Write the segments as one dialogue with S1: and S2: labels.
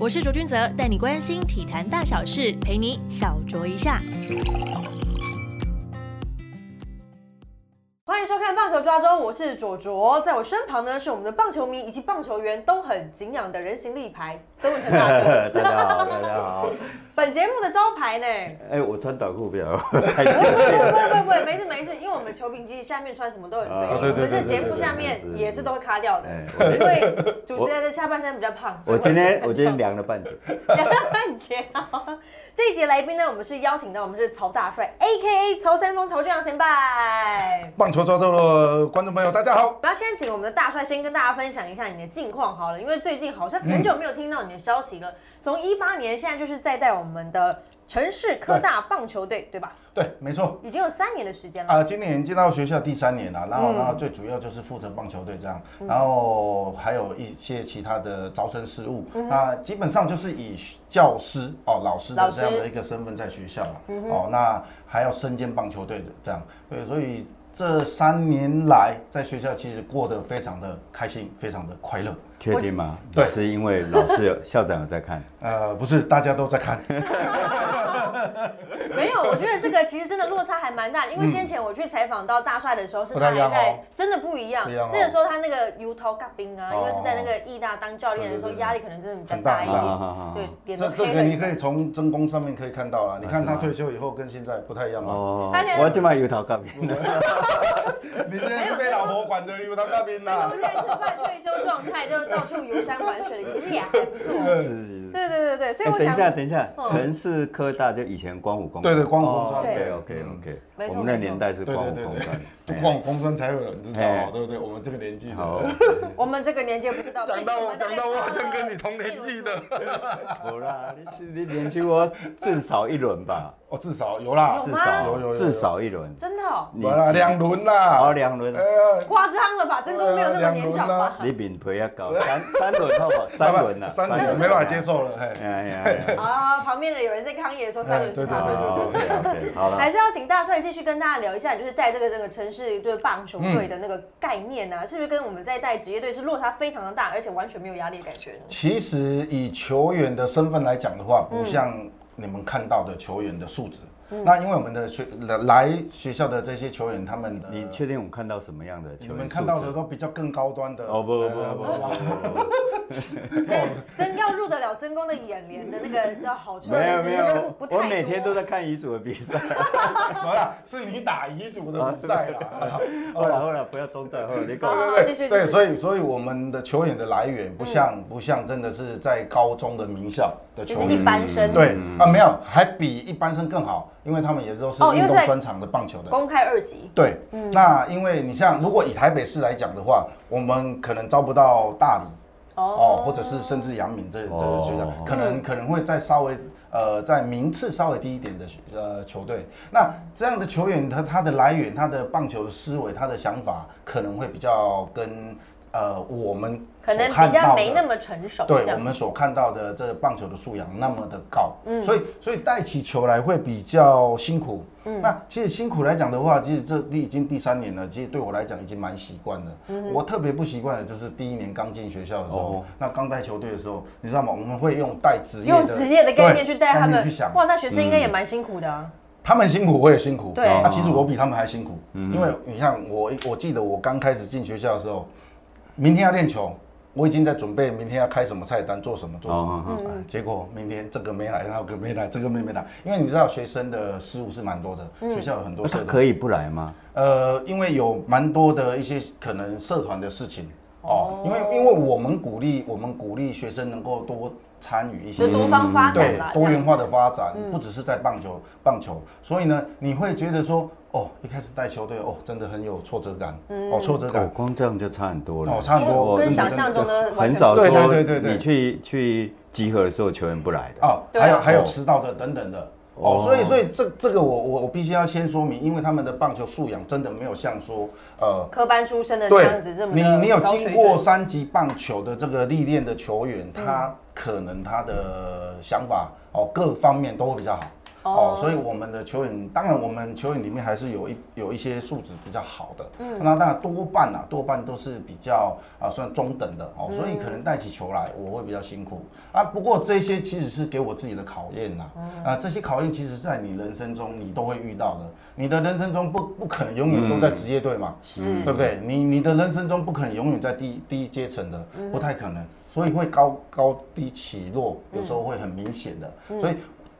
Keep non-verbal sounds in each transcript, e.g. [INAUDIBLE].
S1: 我是卓君泽，带你关心体坛大小事，陪你小酌一下。
S2: 欢迎收看《棒球抓周》，我是卓卓，在我身旁呢是我们的棒球迷以及棒球员都很敬仰的人形立牌曾文成大
S3: [LAUGHS] 大
S2: 哥。
S3: 家好，大家好。
S2: 本节目的招牌
S3: [LAUGHS]
S2: 呢？
S3: 哎、我穿短裤比较
S2: 不会不会不会不会，没事没事，因为我们球评机下面穿什么都很随意，
S3: 啊
S2: 我
S3: 对
S2: 们
S3: 对
S2: 这
S3: 对
S2: 节
S3: 对
S2: 目
S3: 对
S2: 下
S3: 对
S2: 面
S3: 是
S2: 也是都会卡掉的。
S3: 哎、
S2: 因为主持人的下半身比较胖，
S3: 我我今天我今天量了半截，
S2: [LAUGHS] 半截啊这一节来宾呢，我们是邀请到我们是曹大帅，A K A 曹三丰、曹俊阳前拜。
S4: 棒球抓到了，观众朋友大家好。
S2: 我要先请我们的大帅先跟大家分享一下你的近况好了，因为最近好像很久没有听到你的消息了。从一八年现在就是在带我们的城市科大棒球队，对吧？
S4: 对，没错
S2: 已经有三年的时间了。
S4: 啊，今年进到学校第三年了、啊然后然后最主要就是负责棒球队这样，然后还有一些其他的招生事务，那基本上就是以教师哦老师
S2: 老
S4: 的
S2: 师
S4: 这样的一个身份在学校嘛，哦，那还要身兼棒球队的这样，对，所以。这三年来，在学校其实过得非常的开心，非常的快乐。
S3: 确定吗？
S4: 对
S3: 是因为老师有校长有在看，
S4: 呃，不是，大家都在看，
S2: 没有，我觉得这个其实真的落差还蛮大的，因为先前我去采访到大帅的时候，是
S4: 不
S2: 他
S4: 太
S2: 还
S4: 一样
S2: 在
S4: 哦
S2: 真的不一样
S4: 不一样哦。
S2: 那个时候他那个油头嘎冰啊，因为是在那个
S4: 哦
S2: 义大当教练的时候，
S4: 对对对对
S2: 压力可能真的比较
S4: 很大
S2: 大一
S4: 很
S2: 点
S3: 大啊啊啊啊。
S2: 对，脸都
S4: 这这
S2: 黑
S4: 个
S2: 了
S4: 你
S2: 一
S4: 可以
S2: 点。
S4: 从真功上面可以看到了。你看
S3: 是吗
S4: 他退休以后跟现在不太一样啊了。
S3: 哦
S2: 他现，在
S3: 我今晚有逃告别，
S4: [LAUGHS] 你现在是被老婆管的，因为他大兵
S2: 他
S4: 啦
S3: 哎
S2: 现。在是半退休状态，就到处游山玩水，其实也还不错。
S3: [LAUGHS]
S4: 嗯
S3: 是是是。
S2: 对对对对，所以
S3: 哎
S2: 我
S3: 等
S2: 想
S3: 一，下，等一下，
S2: 嗯
S3: 城市科大就以前光武工
S4: 对对光武工专
S3: 对
S4: 对
S3: ，OK
S4: 嗯
S3: OK，
S2: 没错
S3: 我们那年代是光武工专，哎
S4: 逛公孙才有人知道
S3: 哎
S4: 哦，对不对？我们这个年纪
S3: 好
S4: 的。，
S2: 我们这个年纪也不知道。
S4: 讲到我，
S2: 毕竟
S4: 讲
S2: 们
S4: 到我好像
S2: 那个
S4: 跟你同年纪的。
S3: 好啦，你是你年轻我至少一轮吧，
S4: 哦，至少有啦
S2: 有，
S3: 至
S2: 吗
S4: 有有
S3: 少
S4: 有
S3: 至少一轮，
S2: 真的哦，
S3: 你
S4: 有啦，两轮
S3: 哦
S4: 啦。
S3: 两轮
S4: 哎，呀，
S2: 夸张了吧？真公没有那么年长吧？
S3: 你比培要高，三三轮
S4: [LAUGHS]
S3: 好不好？三轮啊，
S4: 三轮没办法接。受了，
S3: 哎
S4: 嘿。
S3: 呀呀呀！
S2: 啊，旁边的有人在抗议说三轮是他
S4: [LAUGHS] 哎对对
S2: 们
S3: OK
S4: 对。
S3: OK，好了
S2: 还。是要请大帅继续跟大家聊一下，就是带这个这个城市对棒球队的那个概念啊，是不是跟我们在带职业队是落差非常的大，而且完全没有压力的感觉呢？
S4: [LAUGHS] 其实以球员的身份来讲的话，不像你们看到的球员的素质。
S2: 嗯
S4: 那因为我们的学来学校的这些球员，他们的
S3: 你确定我们看到什么样的
S4: 你
S3: 球员素质？
S4: 们看到的都比较更高端的
S3: 哦不不
S4: 呃
S3: 不不
S2: 真真要入得了真公的眼帘的那个叫好
S3: 不，
S2: 处，
S3: 没有
S2: 真
S3: 没
S2: 的
S3: 有
S2: 不，太
S3: 我每
S2: 多
S3: 天都在看乙组的比赛。
S4: [LAUGHS] 没啦，是你打乙组
S3: 啊
S4: 的比赛
S3: [LAUGHS]
S4: 啦。啊
S3: 好了好了，不要中断，好了，你
S2: 好
S3: 讲。
S2: 好
S4: 对
S2: 继续继
S4: 对对，
S2: 续嗯
S4: 所以所以我们的球员的来源不像不像真的是在高中的名校的
S2: 就
S4: 球
S2: 是一
S4: 员，
S2: 般生
S4: 对啊
S3: 嗯
S4: 没有，还比一般生更好，因为他们也都是
S2: 哦因为
S4: 运动
S2: 在
S4: 专长的棒球的。
S2: 公嗯开二级，
S4: 对，那因为你像如果以台北市来讲的话，我们可能招不到大理，哦，或者是甚至阳明这这个学校，
S3: 哦
S4: 可能可能会再稍微呃在名次稍微低一点的学呃球队，那这样的球员他他的来源、他的棒球的思维、他的想法可能会比较跟呃我们
S2: 可能
S4: 所看
S2: 比较
S4: 到
S2: 没
S4: 的
S2: 那么成熟，
S4: 对
S2: 这样
S4: 我们所看到的这棒球的素养那么的高，
S2: 嗯
S4: 所以所以带起球来会比较辛苦。
S2: 嗯
S4: 那其实辛苦来讲的话，其实这第已经第三年了，其实对我来讲已经蛮习惯了。
S2: 嗯
S4: 我特别不习惯的就是第一年刚进学校的时候，
S3: 哦
S4: 那刚带球队的时候，你知道吗？我们会用带职业的
S2: 用职业的概念去带他
S4: 对概念
S2: 们
S4: 去想，嗯
S2: 哇，那学生应该也蛮辛苦的啊。
S4: 他们辛苦，我也辛苦。
S2: 对
S4: 啊，其实我比他们还辛苦，
S3: 嗯
S4: 因为你像我，我记得我刚开始进学校的时候，明天要练球，我已经在准备明天要开什么菜单，做什么做什么。
S3: 哦
S2: 嗯
S4: 啊结果明天这个没来，那个没来，这个没没来，因为你知道学生的失误是蛮多的，
S2: 嗯
S4: 学校有很多社
S3: 他
S4: 团，
S3: 可以不来吗？
S4: 呃，因为有蛮多的一些可能社团的事情哦，因为因为我们鼓励我们鼓励学生能够多参与一些
S2: 就多方发展
S4: 嗯对
S2: 啦，
S4: 多
S2: 这
S4: 元
S2: 样嗯
S4: 化的发展，不只是在棒球棒球，所以呢，你会觉得说，哦，一开始带球队，哦，真的很有挫折感，
S2: 嗯
S4: 哦，挫折
S3: 哦
S4: 感，，
S3: 光这样就差很多了。
S4: 哦，差很多，
S2: 跟
S4: 真
S2: 想
S4: 的
S2: 象中的完
S3: 很
S2: 全
S3: 少
S2: 不一
S4: 对
S2: 样
S4: 对
S3: 说
S4: 对对对
S3: 你去去集合的时候球员不来的。
S4: 哦，
S2: 对啊
S4: 还有还有
S3: 哦
S4: 迟到的等等的。
S3: 哦
S4: 哦，所以所以这这个我我我必须要先说明，因为他们的棒球素养真的没有像说呃，
S2: 科班出身的这
S4: 对
S2: 样子这么
S4: 你
S2: 的
S4: 你有
S2: 高
S4: 经
S2: 水
S4: 过
S2: 准
S4: 三级棒球的这个历练的球员，他可能他的想法哦各方面都会比较好。哦，所以我们的球员，当然我们球员里面还是有一有一些素质比较好的，
S2: 嗯
S4: 那当然多半啊，多半都是比较啊算中等的哦，所以可能带起球来我会比较辛苦啊。不过这些其实是给我自己的考验呐、
S2: 嗯
S4: 啊，这些考验其实在你人生中你都会遇到的，你的人生中不不可能永远都在职业队嘛，
S2: 是
S4: 对不对？你你的人生中不可能永远在第一第一阶层的，
S2: 嗯
S4: 不太可能，所以会高高低起落，有时候会很明显的。
S2: 嗯
S4: 所以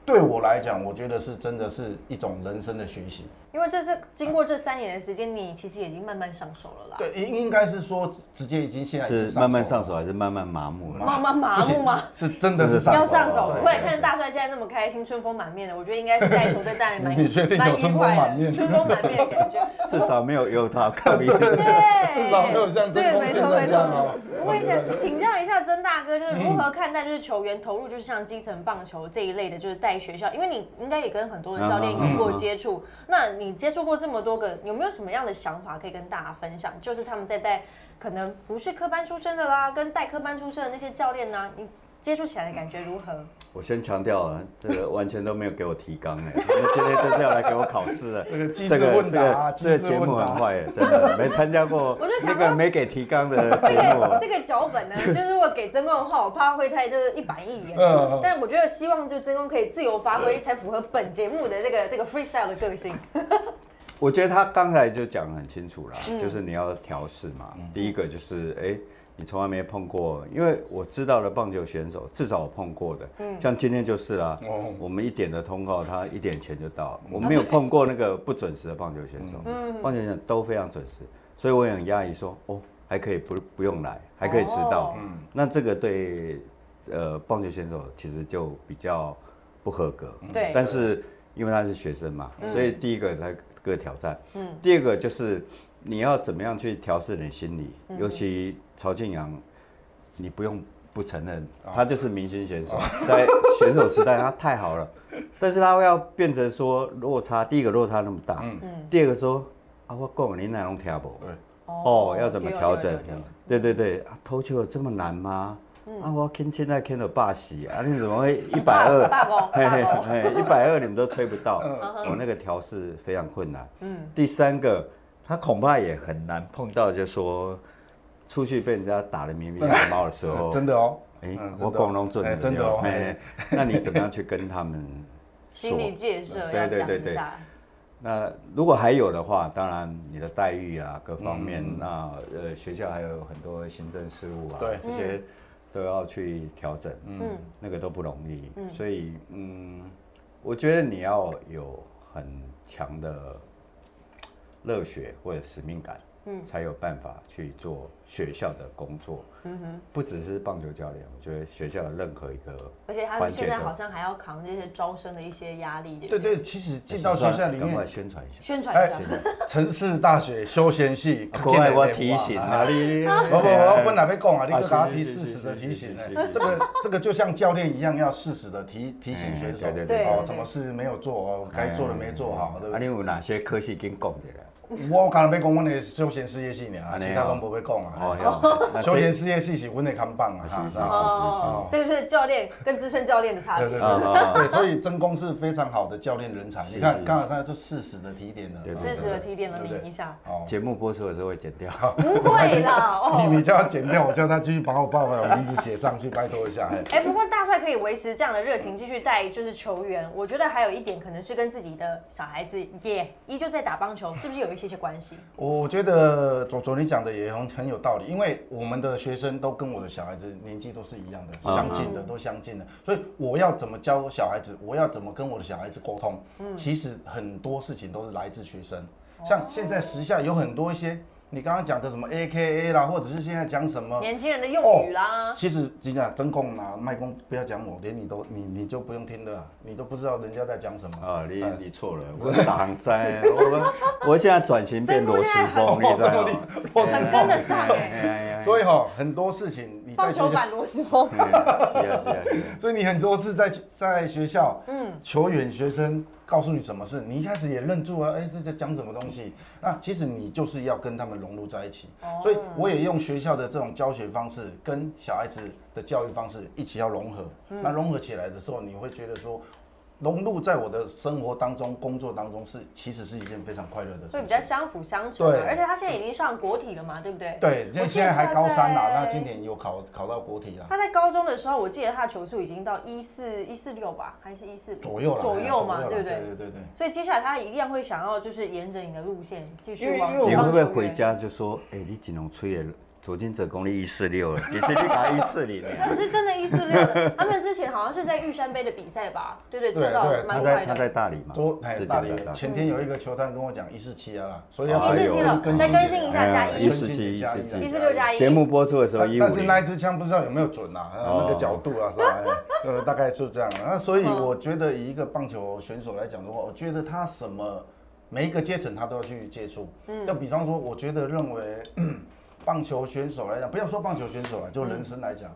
S4: 对我来讲，我觉得是真的是一种人生的学习。
S2: 因为这是经过这三年的时间，你其实已经慢慢上手了啦。
S4: 对，应应该是说直接已经现在已经
S3: 是慢慢
S4: 手了
S3: 上手还是慢慢麻木
S4: 哦
S3: 了？
S2: 慢慢麻
S4: 不行
S2: 木吗？
S4: 是真的是上手
S2: 要
S4: 了
S2: 上手了，
S4: 对
S2: 不然看着大帅现在那么开心，春风满面的，我觉得应该是带球队带的蛮
S4: [LAUGHS] 你你确定有
S2: 蛮愉
S4: 春风
S2: 快的
S4: 满面
S2: 春风满面的感觉。
S3: 至少没有有他抗议。
S2: 对，
S4: 至少没有像
S2: 对
S4: 曾
S2: 没
S4: 峰现
S2: 错
S4: 在
S2: 没
S4: 这
S2: 错
S4: 样哦。
S2: 不过想请教一下曾大哥，就是如何看待就是球员投入，就是像基层棒球这一类的，就是带学校，因为你应该也跟很多的教练有过接触，那你接触过这么多个，有没有什么样的想法可以跟大家分享？就是他们在带可能不是科班出身的啦，跟带科班出身的那些教练呢、你接触起来的感觉 [LAUGHS] 如何？
S3: 我先强调了，这个完全都没有给我提纲 [LAUGHS] 哎，那今天就是要来给我考试的。
S4: 这个机
S3: 这
S4: 智
S3: 个
S4: 问
S3: 这
S4: 答，
S3: 个
S4: 机
S3: 这个
S4: 智
S3: 节
S4: 问
S3: 目很
S4: 答。
S3: 坏哎，真的没参加过
S2: [LAUGHS] 我就想
S3: 那
S2: 说
S3: 个没给提纲的节
S2: [LAUGHS] 这个
S3: 目。
S2: 这个脚本呢，就是如果给曾公的话，我怕会太就是一板一眼。
S3: 哦
S4: 嗯
S2: 但我觉得希望就曾公可以自由发挥，才符合本节目的这个这个 freestyle 的个性。
S3: 我觉得他刚才就讲得很清楚啦，就是你要调试嘛。第一个就是，哎、你从来没碰过，因为我知道的棒球选手，至少我碰过的，像今天就是啦、
S4: 哦
S3: 我们一点的通告，他一点前就到了，我没有碰过那个不准时的棒球选手，棒球选手都非常准时，所以我也很压抑说，哦，还可以不不用来，还可以迟到，
S2: 哦
S3: 那这个对呃棒球选手其实就比较不合格，
S2: 对
S3: 嗯但是因为他是学生嘛，所以第一个来个挑战，嗯，第二个就是你要怎么样去调试你的心理，尤其曹庆阳，你不用不承认，他就是明星选手，在选手时代他太好 [LAUGHS] 了，但是他会要变成说落差，第一个落差那么大，
S4: 嗯
S3: 第二个说啊我讲你哪能听不？
S2: 嗯
S4: 对
S3: 哦，要怎么调整
S2: 对对对对？
S3: 对对对，啊投球有这么难吗？啊，我天现在看到霸喜啊，你怎么会一百二？
S2: 罢工，
S3: [LAUGHS] 嘿
S2: 罢
S3: 嘿
S2: 工。
S3: 嘿，一百二你们都吹不到，
S4: 嗯
S2: 嗯
S3: 我那个调试非常困难。嗯，第三个，他恐怕也很难碰到，就说出去被人家打的迷迷毛毛的时候，
S4: 真的哦，
S3: 哎
S4: 嗯，
S3: 我讲拢准
S4: 哎
S3: 的
S4: 真的哦，
S3: 哎，那你怎么样去跟他们说？
S2: 心理建设要
S3: 对对
S2: 讲
S3: 对
S2: 一
S3: 对
S2: 下，
S3: 那如果还有的话，当然你的待遇啊，各方面，那呃学校还有很多行政事务啊，
S4: 嗯对
S3: 这些都要去调整，
S2: 嗯
S3: 嗯，那个都不容易，所以嗯，我觉得你要有很强的热血或者使命感，嗯，才有办法去做学校的工作，嗯哼，不只是棒球教练，我觉得学校的任何一个
S2: 而且他们
S3: 缓解
S2: 现在
S3: 的
S2: 好像还要扛这些招生的一些压力，不，
S4: 对对，其实进到学校里
S3: 赶快
S4: 面，
S3: 宣传一下。
S2: 宣传
S4: 哎
S2: 一下。
S4: 城市大学休闲系，
S3: 啊国外我提醒啊，你
S4: 哎不不不，我本来被讲啊，你
S3: 啊
S4: 给他
S3: 是
S4: 提
S3: 是
S4: 适
S3: 是
S4: 时的
S3: 是
S4: 提
S3: 是
S4: 醒
S3: 是
S4: 呢
S3: 是是，
S4: 这
S3: [LAUGHS]
S4: 个这个就像教练一样，要适时的提提醒
S3: 嗯
S4: 选手，
S3: 对对哎
S2: 对
S4: 哦
S2: 对，
S4: 什么事没有做哦，该做的没做好，对不
S3: 啊，你
S4: 对？
S3: 有哪些科系跟讲的了？
S4: 我刚才被讲阮的休闲事业系呢，
S3: 安尼哦
S4: 其他都不会讲啊。 [LAUGHS]
S3: 哦，那
S4: 休
S3: 这
S4: 闲事业系是阮的看棒啊，
S3: 是
S4: 哈
S3: 是
S4: 知道吗
S2: 哦，这个是教练跟资深教练的差
S4: 对
S2: 别
S4: 对。
S3: 啊啊啊
S4: 对，对，所以真公是非常好的教练人才。你
S3: 是
S4: 看，刚好他就适时的提点了，
S3: 对对
S2: 适
S3: 对
S2: 时的提点了
S4: 对
S2: 你
S4: 不对
S2: 一下，
S4: 哦，
S3: 节目播出的时候会剪掉。
S2: 不会啦，
S3: [LAUGHS]
S2: 哦，
S4: 你你叫他剪掉，我叫他继续把我爸爸的名字写上去，拜托一下。嘿
S2: 哎、不过大帅可以维持这样的热情，继续带就是球员，我觉得还有一点可能是跟自己的小孩子也依旧在打棒球，是不是有一些些关系？
S4: 我觉得左左你讲的也很很有道理，因为我们的学生都跟我的小孩子年纪都是一样的，
S3: 嗯
S4: 相近的都相近的，所以我要怎么教小孩子，我要怎么跟我的小孩子沟通，其实很多事情都是来自学生。像现在时下有很多一些你刚刚讲的什么 A K A 啦，或者是现在讲什么。
S2: 年轻人的
S4: 哦
S2: 用语啦，
S4: 其实真的真空啦，麦公不要讲我，连你都你你就不用听了啊，你都不知道人家在讲什么。
S3: 啊，你
S4: 哎
S3: 你错了，我挡在，我我现在转型变螺丝风，你知道吗？
S2: 很跟得上哎、
S3: 哎
S4: 所
S3: 以
S4: 以哈、很多事情你在
S2: 棒
S4: 学
S2: 球
S4: 校，
S2: 版罗斯风，
S3: 是啊是啊是啊，
S4: 所以你很多事在在学校，
S2: 嗯
S4: 嗯，球员、学生告诉你什么事，你一开始也愣住啊，哎、这在讲什么东西？那其实你就是要跟他们融入在一起，
S2: 哦
S4: 所以我也用学校的这种教学方式
S2: 嗯
S4: 跟小孩子的教育方式一起要融合。那融合起来的时候，你会觉得说。融入在我的生活当中、工作当中是其实是一件非常快乐的事
S2: 所以比。
S4: 情
S2: 较相辅相成嘛。
S4: 对
S2: 而且他现在已经上国体了嘛，对不啊对？
S4: 对，
S2: 我
S4: 现
S2: 记得
S4: 现在还
S2: 他
S4: 高三啦，
S2: 在
S4: 那今年有考考到国体啦
S2: 他在高中的时候，我记得他的球速已经到一四一四六吧，还是一四
S4: 左右啦，
S2: 左右嘛，
S4: 啦
S2: 对不
S4: 对
S2: 对？
S4: 对对对。
S2: 所以接下来他一样会想要就是沿着你的路线继
S4: 因
S2: 续
S4: 为
S2: 往
S4: 因为我
S3: 你
S4: 们
S3: 会
S2: 往
S3: 不
S2: 球
S3: 会
S2: 员
S3: 回家就说，哎、你锦龙吹了，左近者功力一四六了，
S4: [LAUGHS]
S3: 你是去打一四零
S2: 可
S3: 的？
S2: 是真的一四六的，他们之前好像是在玉山杯的比赛吧？对对，
S4: 对
S2: 测到
S4: 对
S2: 蛮
S3: 他
S2: 快
S3: 在他
S2: 的。
S3: 在大理嘛，
S4: 昨哎
S3: 是
S4: 大
S3: 这
S4: 理
S3: 个大理
S4: 前天有一个球探跟我讲一四七啊啦，所以
S3: 哦
S4: 要
S3: 哎呦
S2: 147了
S4: 更新
S2: 再更新一下加
S4: 哎
S2: 一
S4: 更新
S3: 147
S4: 加
S3: 147
S2: 一四六加一，
S3: 节目播出的时候
S4: 但
S3: 一五
S4: 但是
S3: 零，
S4: 那一支枪不知道有没有准啊，呃
S3: 哦
S4: 那个角度啊，是吧？
S3: [LAUGHS]
S4: 哎呃，大概是这样啊。那所以我觉得以一个棒球选手来讲的话，我觉得他什么每一个阶层他都要去接触。就比方说，我觉得认为 [COUGHS] 棒球选手来讲，不要说棒球选手了，啊就人生来讲。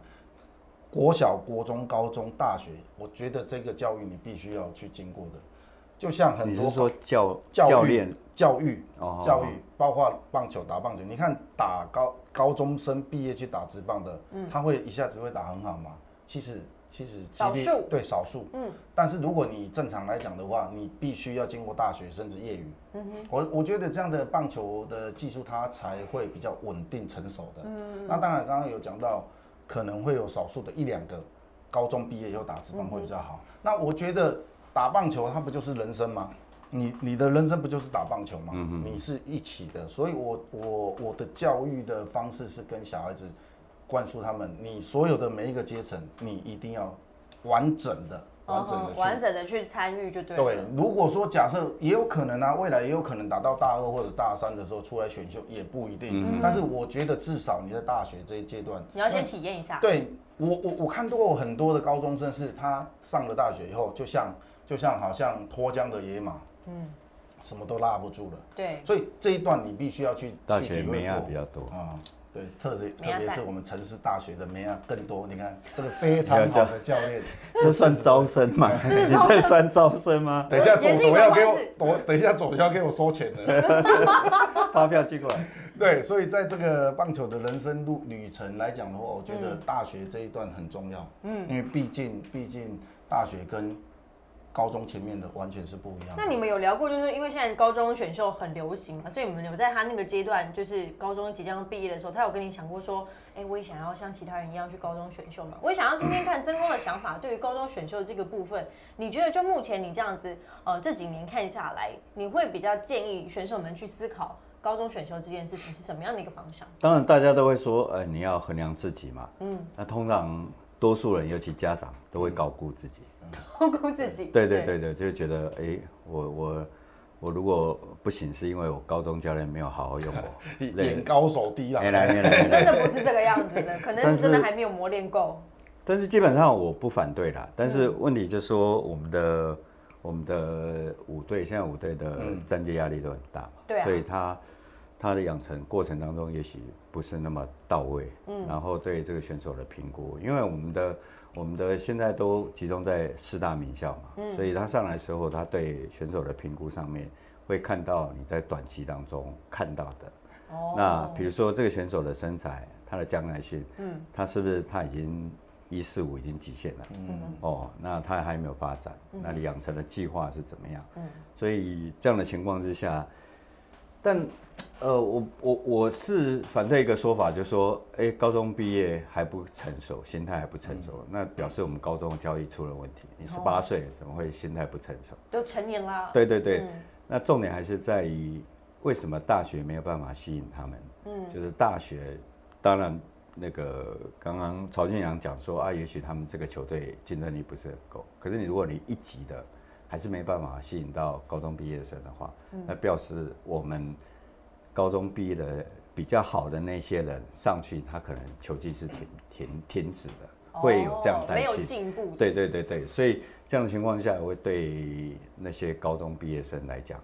S4: 国小、国中、高中、大学，我觉得这个教育你必须要去经过的，就像很
S3: 你
S4: 多
S3: 是说教
S4: 教育
S3: 教练
S4: 教育
S3: 哦
S4: 教育包括棒球打棒球，你看打高高中生毕业去打职棒的，他会一下子会打很好吗？其实其实几率
S2: 少数
S4: 对少数，嗯，但是如果你正常来讲的话，你必须要经过大学甚至业余，嗯哼，我我觉得这样的棒球的技术它才会比较稳定成熟的，嗯，那当然刚刚有讲到可能会有少数的一两个高中毕业以后打职棒会比较好，那我觉得打棒球它不就是人生吗？你你的人生不就是打棒球吗？你是一起的，所以我我我的教育的方式是跟小孩子灌输他们，你所有的每一个阶层，你一定要完整的、完整的
S2: 哦
S4: 去。
S2: 完整的去参与就对了。
S4: 对，如果说假设也有可能啊，未来也有可能达到大二或者大三的时候出来选秀也不一定，但是我觉得至少你在大学这一阶段，
S2: 你要先体验一下。
S4: 对我我我看到过很多的高中生是他上了大学以后，就像就像好像脱缰的野马，嗯，什么都拉不住了。
S2: 对，
S4: 所以这一段你必须要去
S3: 大
S4: 去
S3: 学
S4: 体会
S3: 梅亚
S4: 过
S3: 比较多，
S4: 啊、对，特别
S2: 梅亚
S4: 特别
S2: 啊在
S4: 是我们城市大学的梅亚更多。你看这个非常好的教练，
S3: [LAUGHS] 这算招生吗？ [LAUGHS] 你这算招生吗？
S4: 等一下
S2: 也是一
S4: 左
S2: 种
S4: 左要给
S2: 方式
S4: 我，我等一下左要给我收钱了。
S3: 发票寄过来。
S4: 对，所以在这个棒球的人生路旅程来讲的话，我觉
S2: 嗯
S4: 得大学这一段很重要。嗯，因为毕竟毕竟大学跟高中前面的完全是不一样的。
S2: 那你们有聊过，就是因为现在高中选秀很流行嘛，所以你们有在他那个阶段，就是高中即将毕业的时候，他有跟你想过说，哎、我也想要像其他人一样去高中选秀嘛？我也想要听听看曾公的想法，对于高中选秀这个部分，你觉得就目前你这样子，呃，这几年看下来，你会比较建议选手们去思考高中选秀这件事情是什么样的一个方向？
S3: 当然，大家都会说，呃，你要衡量自己嘛。嗯。那通常多数人，尤其家长，都会高估自己。
S2: 高估自己。
S3: [LAUGHS] 对嗯对对对，就是觉得，哎、我我我如果不行，是因为我高中教练没有好好用 [LAUGHS] 我。
S4: 眼高手低啊
S3: 没，来没来没来。
S2: 真的不是这个样子的，可能是真的还没有磨练够。
S3: 但是基本上我不反对啦，但
S2: 嗯
S3: 是问题就是说我们的、我们的五队现在五队的战绩压力都很大嘛，
S2: 嗯对啊
S3: 所以他他的养成过程当中也许不是那么到位，嗯，然后对这个选手的评估，因为我们的我们的现在都集中在四大名校嘛，
S2: 嗯
S3: 所以他上来的时候，他对选手的评估上面会看到你在短期当中看到的，
S2: 哦
S3: 那比如说这个选手的身材，他的将来性，嗯，他是不是他已经一四五已经极限了？嗯，哦，那他还没有发展，那你养成的计划是怎么样？嗯，所以这样的情况之下，但呃，我我我是反对一个说法，就是说，哎、高中毕业还不成熟，心态还不成熟，那表示我们高中的教育出了问题。你十八岁怎么会心态不成熟？
S2: 都成年啦。
S3: 对对对，
S2: 嗯
S3: 那重点还是在于为什么大学没有办法吸引他们？嗯，就是大学，当然那个刚刚曹俊阳讲说啊，也许他们这个球队竞争力不是很够，可是你如果你一级的还是没办法吸引到高中毕业生的话，
S2: 嗯
S3: 那表示我们高中毕业的比较好的那些人上去，他可能球技是停停停止的，会有这样
S2: 哦
S3: 的担
S2: 没
S3: 心。
S2: 有进步的。
S3: 对对对对，所以这样的情况下，会对那些高中毕业生来讲，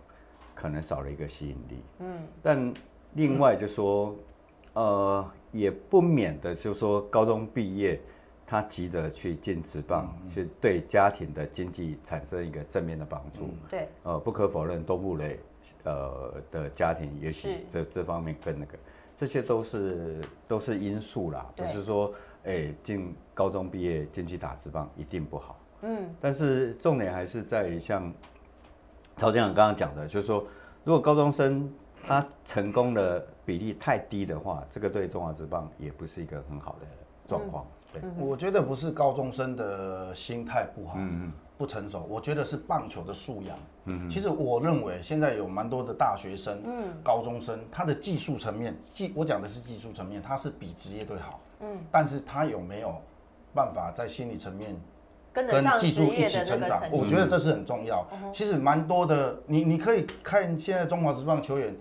S3: 可能少了一个吸引力。嗯，但另外就说，呃，也不免的，就说高中毕业，他急着去进职棒，是对家庭的经济产生一个正面的帮助。
S2: 对，
S3: 呃，不可否认，东部雷呃的家庭也
S2: 是
S3: 许这这方面更那个，这些都是都是因素啦，不
S2: 对
S3: 是说哎进、高中毕业进去打职棒一定不好。嗯，但是重点还是在于像曹建长刚刚讲的，就是说，如果高中生他成功的比例太低的话，这个对中华职棒也不是一个很好的状
S2: 嗯
S3: 况。对，
S4: 我觉得不是高中生的心态不好，不成熟，我觉得是棒球的素养。其实我认为现在有蛮多的大学生、
S2: 嗯
S4: 高中生，他的技术层面，技我讲的是技术层面，他是比职业队好，
S2: 嗯
S4: 但是他有没有办法在心理层面
S2: 跟得
S4: 跟
S2: 上
S4: 技
S2: 职
S4: 术一
S2: 业
S4: 起
S2: 的那
S4: 成
S2: 个
S4: 长，
S2: 层
S4: 我
S2: 级。嗯
S4: 觉得这是很重要。其实蛮多的，你你可以看现在中华职棒球员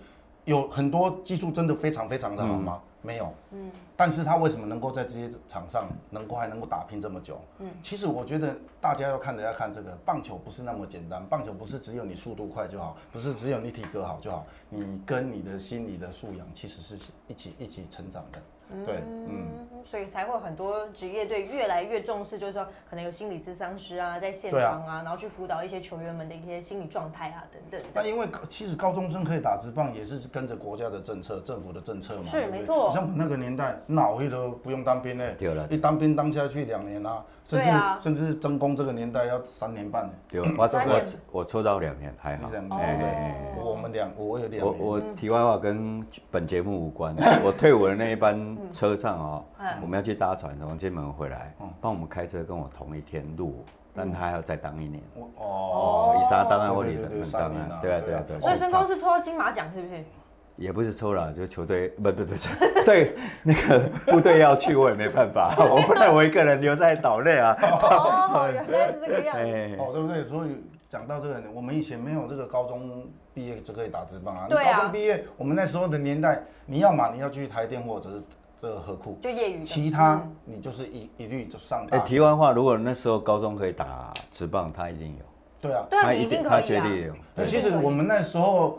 S4: 有很多技术真的非常非常的好吗？没有，嗯，但是他为什么能够在职业场上能够还能够打拼这么久？嗯，其实我觉得大家要看的要看这个棒球不是那么简单，棒球不是只有你速度快就好，不是只有你体格好就好，你跟你的心理的素养其实是一起一起成长的，对，嗯
S2: 嗯所以才会很多职业队越来越重视，就是说可能有心理咨商师啊，在现
S4: 对啊
S2: 场啊，然后去辅导一些球员们的一些心理状态啊等等的。
S4: 那因为高其实高中生可以打职棒，也是跟着国家的政策、政府的政策嘛。
S2: 是
S4: 对不对
S2: 没错
S4: 像我那个年代，脑一都不用当兵嘞，
S3: 对了
S4: 一当兵当下去两年啊，甚至、
S2: 对啊
S4: 甚至真工这个年代要三年半呢。
S3: 对，我
S2: 三年
S3: 我我抽到两年还好
S4: 你，两
S3: 哎
S4: 年
S3: 哎哎哎
S2: 哦
S4: 我们两我有两
S3: 我
S4: 年。
S3: 我题外话跟本节目无关，
S4: 嗯
S3: 我退伍的那一班车上哦，我们要去搭船从金门回来，
S4: 嗯
S3: 帮我们开车跟我同一天入伍，但他还要再当一年。
S4: 我
S2: 哦
S4: 嗯哦，
S3: 以沙当然或
S4: 对
S3: 里
S4: 对
S3: 的
S4: 对对
S3: 当
S4: 三年
S3: 然，
S4: 啊
S3: 对啊对
S4: 对
S3: 啊
S4: 啊
S3: 对啊。
S2: 所以真
S3: 公
S2: 公是抽到金马奖是不
S4: [LAUGHS]
S2: 是？
S3: 也不是抽了，就球队不不不是 [LAUGHS] 对那个部队要去，我也没办
S4: [LAUGHS]
S3: 法，我不能我一个人留在岛内啊。
S2: 哦，原来是这个样子。
S3: 哎，
S4: 哦，对不对？所以讲到这个，我们以前没有这个高中毕业就可以打职棒啊。
S2: 对啊
S4: 你高中毕业，我们那时候的年代，你要嘛你要去台电或者是这个河库，
S2: 就业余的嗯
S4: 其他你就是一一律就上
S3: 哎，
S4: 大
S3: 题
S4: 学。
S3: 外话，如果那时候高中可以打直棒，他一定有，
S4: 对啊，
S2: 对啊，
S3: 他
S2: 你一定可
S3: 他
S2: 以
S3: 绝
S2: 啊。
S3: 对有。
S4: 对，其实我们那时候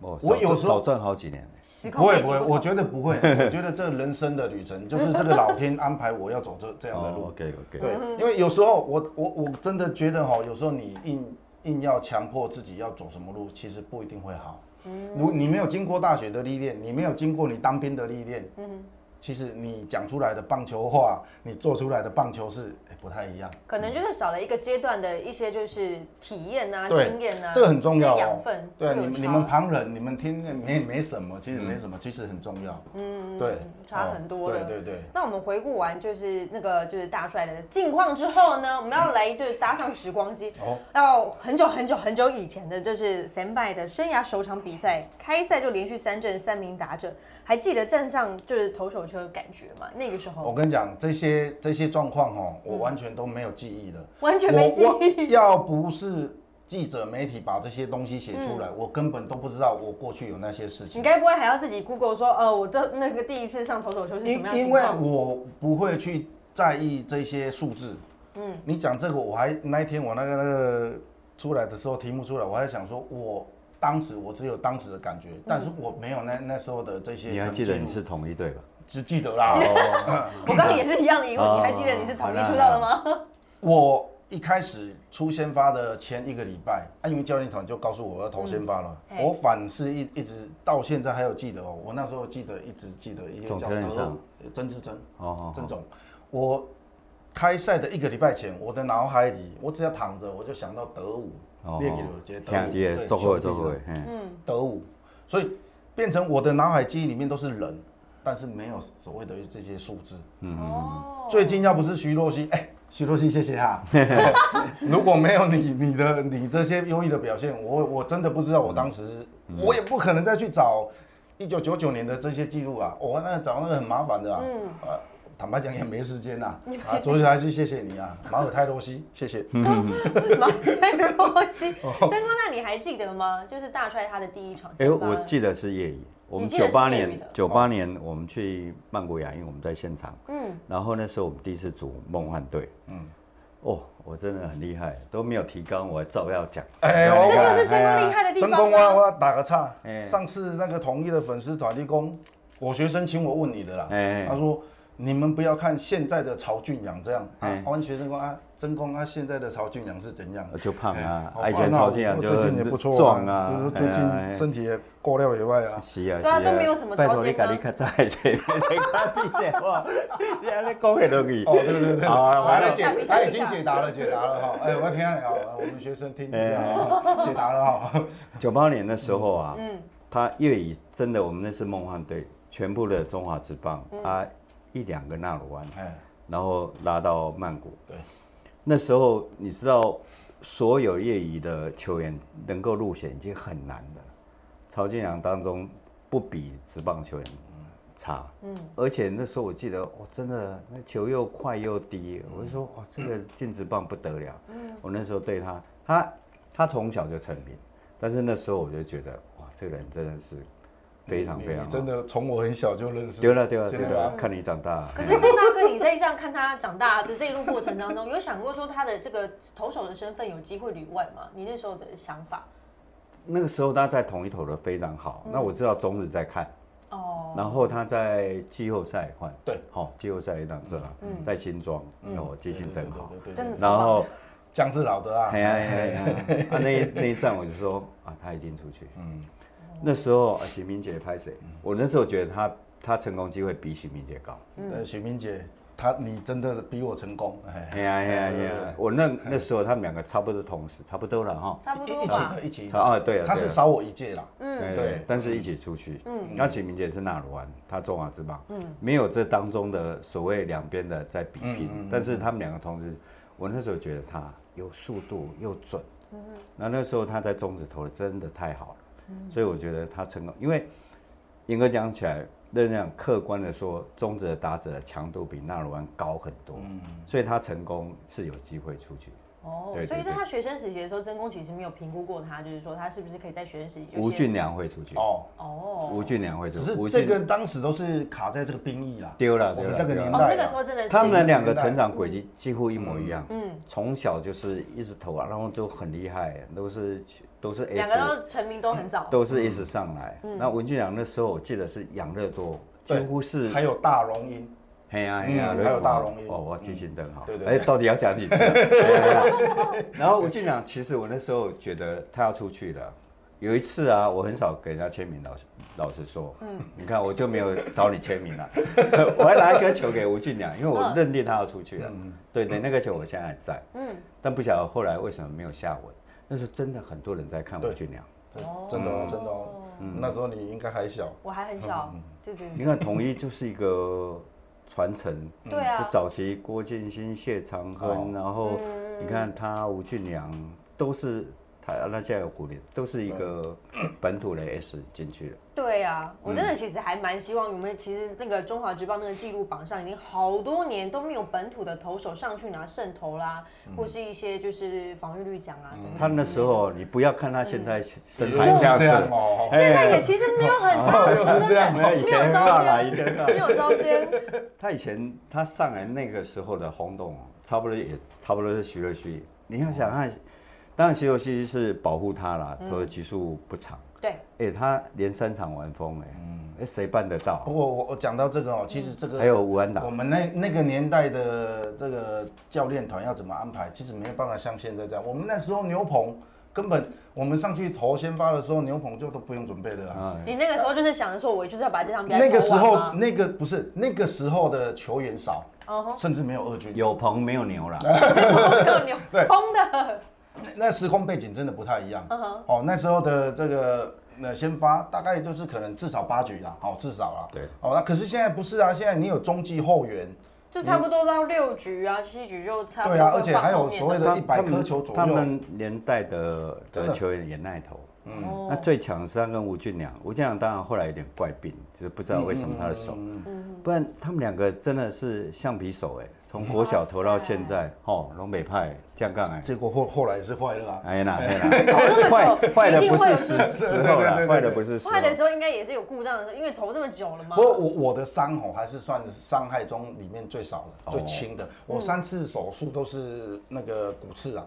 S3: 哦，
S4: 我
S3: 少
S4: 有
S3: 赚
S4: 时候
S3: 少赚好几年。
S2: 时空
S4: 不会
S2: 背景
S4: 不会，
S2: 同
S4: 我觉得
S2: [LAUGHS]
S4: 不会，我觉得这人生的旅程就是这个老天安排我要走这这样的
S2: 哦
S4: 路。
S3: OK OK。
S4: 对，
S2: 嗯
S4: 因为有时候我我我真的觉得哈，有时候你硬硬要强迫自己要走什么路，其实不一定会好。
S2: 嗯
S4: 如你没有经过大学的历练，你没有经过你当兵的历练，
S2: 嗯
S4: 其实你讲出来的棒球话，你做出来的棒球是、哎不太一样。
S2: 可能就是少了一个阶段的一些就是体验啊、
S4: 对
S2: 经验啊，
S4: 这个很重要
S2: 跟
S4: 哦
S2: 养分。
S4: 对啊，
S2: 会
S4: 你
S2: 有差嗯
S4: 们你们旁人，你们听没没什么，其实没什么，其实很重要。嗯，对，
S2: 差
S4: 哦
S2: 很多了
S4: 对对对。
S2: 那我们回顾完就是那个就是大帅的近况之后呢，我们要来就是搭上时光机，
S4: 哦，
S2: 到很久很久很久以前的，就是 s a m b y 的生涯首场比赛，开赛就连续三阵三名打者，还记得站上就是投手球的感觉吗？那个时
S4: 我
S2: 候
S4: 跟你讲，这些这些状况哦，我完全都没有记忆了，
S2: 嗯完全没记忆
S4: 我我要不是记者媒体把这些东西写出来，我根本都不知道我过去有那些事
S2: 嗯你
S4: 情。
S2: 该不会还要自己 Google 说，呃，我的那个第一次上投手球是什
S4: 因
S2: 么样的情
S4: 因为
S2: 况？
S4: 我不会去在意这些数字。嗯，你讲这个，我还那一天我那个那个出来的时候，题目出来，我还想说，我当时我只有当时的感觉，但
S2: 嗯
S4: 是我没有那那时候的这些。啊
S3: 你还记得你是同一队吧？
S4: 只记得啦？
S2: 我刚刚也是一样的疑问，
S3: 哦
S2: 你还记得你是统一出道的
S3: [LAUGHS]
S2: 吗？
S4: 我一开始出先发的前一个礼拜，啊，因为教练团就告诉我要投先发了，
S2: 嗯嘿
S4: 我反是一一直到现在还有记得哦，我那时候记得一直记得一个
S3: 总
S4: 叫
S3: 教练
S4: 德
S3: 上
S4: 呃曾志珍，
S3: 哦
S4: 曾总，我开赛的一个礼拜前，我的脑海里我只要躺着我就想到德武，列给我觉得德武
S3: 兄弟，
S4: 对
S3: 做
S4: 兄
S3: 过
S4: 弟
S3: 做过
S4: 的，
S3: 嗯，
S4: 德武，所以变成我的脑海记忆里面都是人，但是没有所谓的这些数字，
S3: 嗯
S2: 哦，
S4: 最近要不是徐若曦，哎、徐若曦，谢谢哈、如果没有你你的你这些优异的表现，我我真的不知道我当时，我也不可能再去找一九九九年的这些记录啊，我、那找那个很麻烦的啊。
S2: 嗯
S4: 呃坦白讲也没时间呐、啊，所以还是谢谢你啊，马尔泰罗西，谢谢。
S2: 马 [LAUGHS] 太罗西，
S4: 哦
S2: 曾哥，那你还记得吗？就是大帅他的第一场先
S3: 哎，
S2: 发
S3: 我记得是业余。我们
S2: 嗯你记得
S3: 九
S2: 是
S3: 八
S2: 业余
S3: 年
S2: 的，
S3: 九八年我们去曼谷亚运，我们在现场。嗯，然后那时候我们第一次组梦幻队。嗯，哦，我真的很厉害，都没有提纲，我还照样讲。
S4: 哎
S3: 你看
S4: 我
S2: 这
S4: 这
S2: 就是曾公厉。害的地
S4: 真
S2: 方
S4: 公
S2: 啊
S4: 我我打个岔
S3: 哎，
S4: 上次那个统一的粉丝团立功，我学生请我问你的啦，
S3: 哎
S4: 他说你们不要看现在的曹俊阳这样，啊
S3: 哎，
S4: 湾学生说啊，真空啊，现在的曹俊阳是怎样？
S3: 就胖啊，
S4: 哎
S3: 啊，以
S4: 哦
S3: 前
S4: 那
S3: 曹
S4: 我
S3: 俊阳
S4: 我
S3: 就
S4: 最近也不错啊
S3: 壮啊，
S4: 就是
S3: 哎
S4: 最
S3: 呀哎
S4: 近身体也过料以外啊，
S3: 是啊，
S2: 对啊
S3: 是
S2: 都没有什么
S3: 拜
S2: 条
S3: 托你
S2: 件
S3: 家
S2: 啊
S3: 你较早的坐， [LAUGHS] 你较闭嘴话，你安尼讲起落去。
S4: 哦，对对对，
S3: 好啊
S4: 来
S2: 好
S4: 了
S2: 啊
S4: 解
S2: 下笔，下
S4: 他
S2: 笔
S4: 已经解答了，解答了哈。哎，我听你好，我们学生听一下哈，
S3: 哎
S4: 解答了哈。
S3: 九八年的时候啊，
S2: 嗯
S3: 他越以真的我们那是梦幻队，全部的中华职棒，
S2: 嗯
S3: 他一两个纳鲁湾，
S4: 哎，
S3: 然后拉到曼谷。
S4: 对，
S3: 那时候你知道，所有业余的球员能够入选已经很难了，曹俊阳当中不比职棒球员差。
S2: 嗯，
S3: 而且那时候我记得，我真的那球又快又低，我就说哇，这个进直棒不得了。我那时候对他，他他从小就成名，但是那时候我就觉得哇，这个人真的是非常非常
S4: 你
S3: 好
S4: 真的从我很小就认识，
S3: 丢了丢了丢
S4: 真的
S3: 了，看你长大。
S2: 可是郑大哥，你在这样看他长大的这一路过程当中，有想过说他的这个投手的身份有机会旅外吗？你那时候的想法？
S3: 那个时候他在统一投的非常好，那我知道中日在看，
S2: 哦，
S3: 然后他在季后赛换，
S4: 对，嗯
S3: 好季后赛一档是吧？在新庄，哦，记性真好。
S4: 对，对对
S2: 真的
S3: 然后
S4: 姜是老的啊，
S3: 哎呀哎呀，哎呀！啊那
S4: [LAUGHS]
S3: 一那一站我就说啊，他一定出去。
S4: 嗯，
S3: 那时候啊，许明杰拍水，我那时候觉得他他成功机会比许明杰高。
S2: 嗯
S4: 呃，许明姐，她你真的比我成功，
S3: 哎
S4: 哎，
S3: 呀哎呀哎
S4: 对对
S3: 呀！我那那时候他们两个差不多同时，差不多了哈。
S2: 差不
S4: 一
S2: 多
S4: 一起
S2: 吧
S4: 的，。一起
S3: 差啊对啊
S4: 嗯他是
S3: 对啊
S4: 少我一届啦，
S3: 嗯对
S4: 对
S3: 哎但是一起出去。
S2: 嗯
S3: 嗯，那许明杰是纳鲁湾，他中华之棒，嗯，没有这当中的所谓两边的在比拼，
S4: 嗯嗯嗯
S3: 但是他们两个同时，我那时候觉得他有速度又准，嗯，那那时候他在中指投的真的太好了，所以我觉得他成功，因为严格讲起来，认真讲客观的说，中指的打者的强度比纳鲁湾高很多，
S4: 嗯，
S3: 所以他成功是有机会出去，
S2: 哦，
S3: 对对
S2: 所以在
S3: 对
S2: 他学生时期的时候，曾公其实没有评估过他，就是说他是不是可以在学生时期就
S3: 吴
S2: 先
S3: 俊良会出去，
S4: 哦，
S2: 哦，
S3: 吴俊良会出
S4: 只
S3: 去，
S4: 是
S3: 吴
S4: 这
S3: 俊
S4: 个当时都是卡在这个兵役啦，
S3: 丢了
S4: 我
S3: 丢了，
S4: 们那个
S3: 丢了
S4: 年代
S2: 哦
S4: 啊，
S2: 那个时候真的是
S3: 他们两个成长轨迹几乎一模一样，
S2: 嗯，
S3: 从小就是一直投啊，然后就很厉害，都是都是
S2: 两个
S3: S，
S2: 都嗯成名都很早，
S3: 都是一直上来。那文俊阳那时候我记得是养乐多，几
S4: 对
S3: 乎是
S4: 还有大荣英，
S3: 嘿呀嘿呀，
S4: 嗯
S3: 雷
S4: 还有
S3: 普
S4: 大
S3: 啊
S4: 龙鹰
S3: 哦，我记性真好。
S4: 对对
S3: 哎，
S4: 对
S3: 到底要讲
S4: [LAUGHS]
S3: 几次啊？对啊然后吴俊良，其实我那时候觉得他要出去了。有一次啊，我很少给人家签名，老实老实说，嗯，你看我就没有找你签
S4: [LAUGHS]
S3: 名了，我还拿一颗球给吴俊良，因为我认定他要出去了。
S4: 嗯
S3: 对对，那个球我现在还在，
S2: 嗯，
S3: 但不晓得后来为什么没有下文。那时候真的很多人在看吴
S4: 对
S3: 俊良，
S4: 真
S2: 哦嗯
S4: 真的哦，真的哦，那时候你应该还小，
S2: 我还很小，
S3: 嗯
S2: 对对
S3: 你看统一就是一个传承，
S2: 对啊嗯
S3: 就，早期郭建新、谢长
S4: 哦
S3: 亨，然后你看他吴俊良都是他，那现在有古典，都是一个本土的 S 进去了。
S2: 对啊，我
S3: 嗯
S2: 真的其实还蛮希望，我们其实那个中华职棒那个记录榜上已经好多年都没有本土的投手上去拿胜投啦，
S3: 嗯
S2: 或是一些就是防御率奖啊。等等
S3: 他那时候你不要看他现
S2: 嗯
S3: 在身材哎
S4: 是
S3: 这样子，
S4: 哦，
S2: 现在也其实没有很差，
S4: 又是哎这
S2: [LAUGHS]
S4: 样
S2: 真
S3: 没
S2: 的
S3: 有以前大啦，以前大
S2: 没。有招奸，
S3: 他以前他上来那个时候的轰动，差不多也差不多是徐若曦。你要想
S2: 哦
S3: 看，当然徐若曦是保护他啦，
S2: 嗯
S3: 投的局数不长，
S2: 对，
S3: 哎，他连三场完封，哎，
S2: 嗯
S3: 哎谁办得到
S4: 不？过我我讲到这个哦，其实这个
S3: 还有吴安达
S4: 我，们那那个年代的这个教练团要怎么安排，其实没有办法像现在这样。我们那时候牛棚根本，我们上去投先发的时候，牛棚就都不用准备了啊。
S3: 啊，
S2: 你那个时候就是想着说，我就是要把这场比赛
S4: 那个时
S2: 投完
S4: 候
S2: 嘛，
S4: 那个不是那个时候的球员少，
S2: 嗯哼，
S4: 甚至没有二军。
S3: 有朋没有牛
S4: [LAUGHS]
S3: 啦。
S2: 没有牛，空的，
S4: 那那时空背景真的不太一样。
S2: 嗯哼，
S4: 哦，那时候的这个那先发大概就是可能至少八局啦，哦，至少啦。
S3: 对。
S4: 哦，那可是现在不是啊，现在你有中继后援，
S2: 就差不多到六局啊，七局就差不多
S4: 对啊，
S2: 会
S4: 而且
S2: 放
S4: 还有
S2: 后面
S4: 所谓
S2: 了
S4: 的
S3: 他
S4: 一百
S3: 他们
S4: 颗球左
S3: 他
S4: 右。
S3: 们年代的
S4: 真
S3: 的
S4: 的
S3: 球员也耐投。
S4: 嗯
S2: 哦
S3: 那最强是他跟吴俊良，吴俊良当然后来有点怪病，就是不知道为什么他的
S4: 嗯
S3: 手，不然他们两个真的是橡皮手哎，从国小投到现在，
S4: 嗯
S3: 哦，龙北派降杠哎，
S4: 结果后后来是坏了啊。
S3: 哎呀啦，哎
S4: [LAUGHS]
S2: 这么久
S3: 啦，坏坏的不是
S2: 一定
S3: 时
S2: 会有
S3: 时候
S4: 对对对对
S3: 啦，坏的不是时候
S2: 坏，的时候应该也是有故障的，因为投这么久了嘛
S4: 啊不。过我我的伤吼还是算伤害中里面最少的、
S3: 哦
S4: 最轻
S2: 嗯
S4: 的。我三次手术都是那个骨刺啊，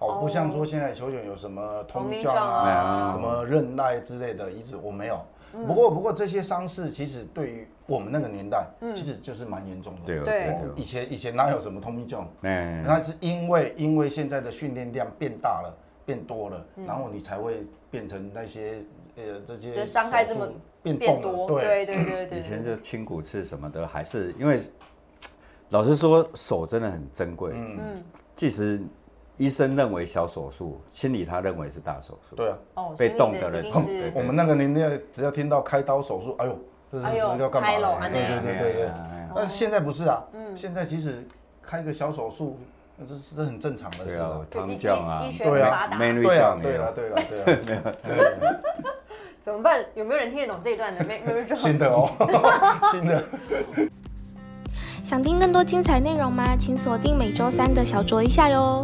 S4: 哦，不像说现在球员有什么
S2: 同
S4: 通
S2: 名
S4: 胀
S2: 状啊嗯
S4: 啊、什么韧带之类的移植，我没有。不过不过这些伤势其实对于我们那个年代，其实就是蛮严重的。
S3: 对哦
S2: 嗯对
S4: 哦以前以前哪有什么通密症？
S3: 哎，
S4: 那是因为因为现在的训练量变大了，变多了，然后你才会变成那些呃这些
S2: 嗯就伤害这么
S4: 手术变
S2: 变
S4: 重
S2: 多，
S4: 了，对，
S2: 对对对对，
S3: 以前就青骨刺什么的，还是因为老实说，手真的很珍贵。嗯，即使医生认为小手术，心里他认为是大手术。
S4: 对啊，
S2: 哦
S3: 被
S2: 心理
S3: 动的人
S2: 一定
S3: 痛
S2: 是
S3: 对
S4: 我们那个年代只要听到开刀手术，哎呦，这是
S2: 哎呦
S4: 要干
S2: 开了嗯
S4: 嘛
S2: 安
S4: 的？
S2: 内
S4: 对对对对对
S3: 哎。呀哎呀
S4: 但是现在不是啊，现在其实开个小手术，那这是这很正常的
S3: 对
S4: 事
S3: 啊
S4: 啊。，
S2: 就
S3: 汤
S2: 医
S3: 酱啊
S2: 医医，学
S4: 对啊
S2: 发达
S3: 美女
S4: 对啊
S3: 酱，
S4: 对
S3: 也
S4: 了，
S3: 有。
S4: 对了，
S3: [LAUGHS]
S4: 对了，对
S2: 怎么办？有没有人听得懂这一段的？没没有人知道
S4: 新的哦， [LAUGHS] 新的。
S5: 想听更多精彩内容吗？请锁定每周三的小酌一下哟。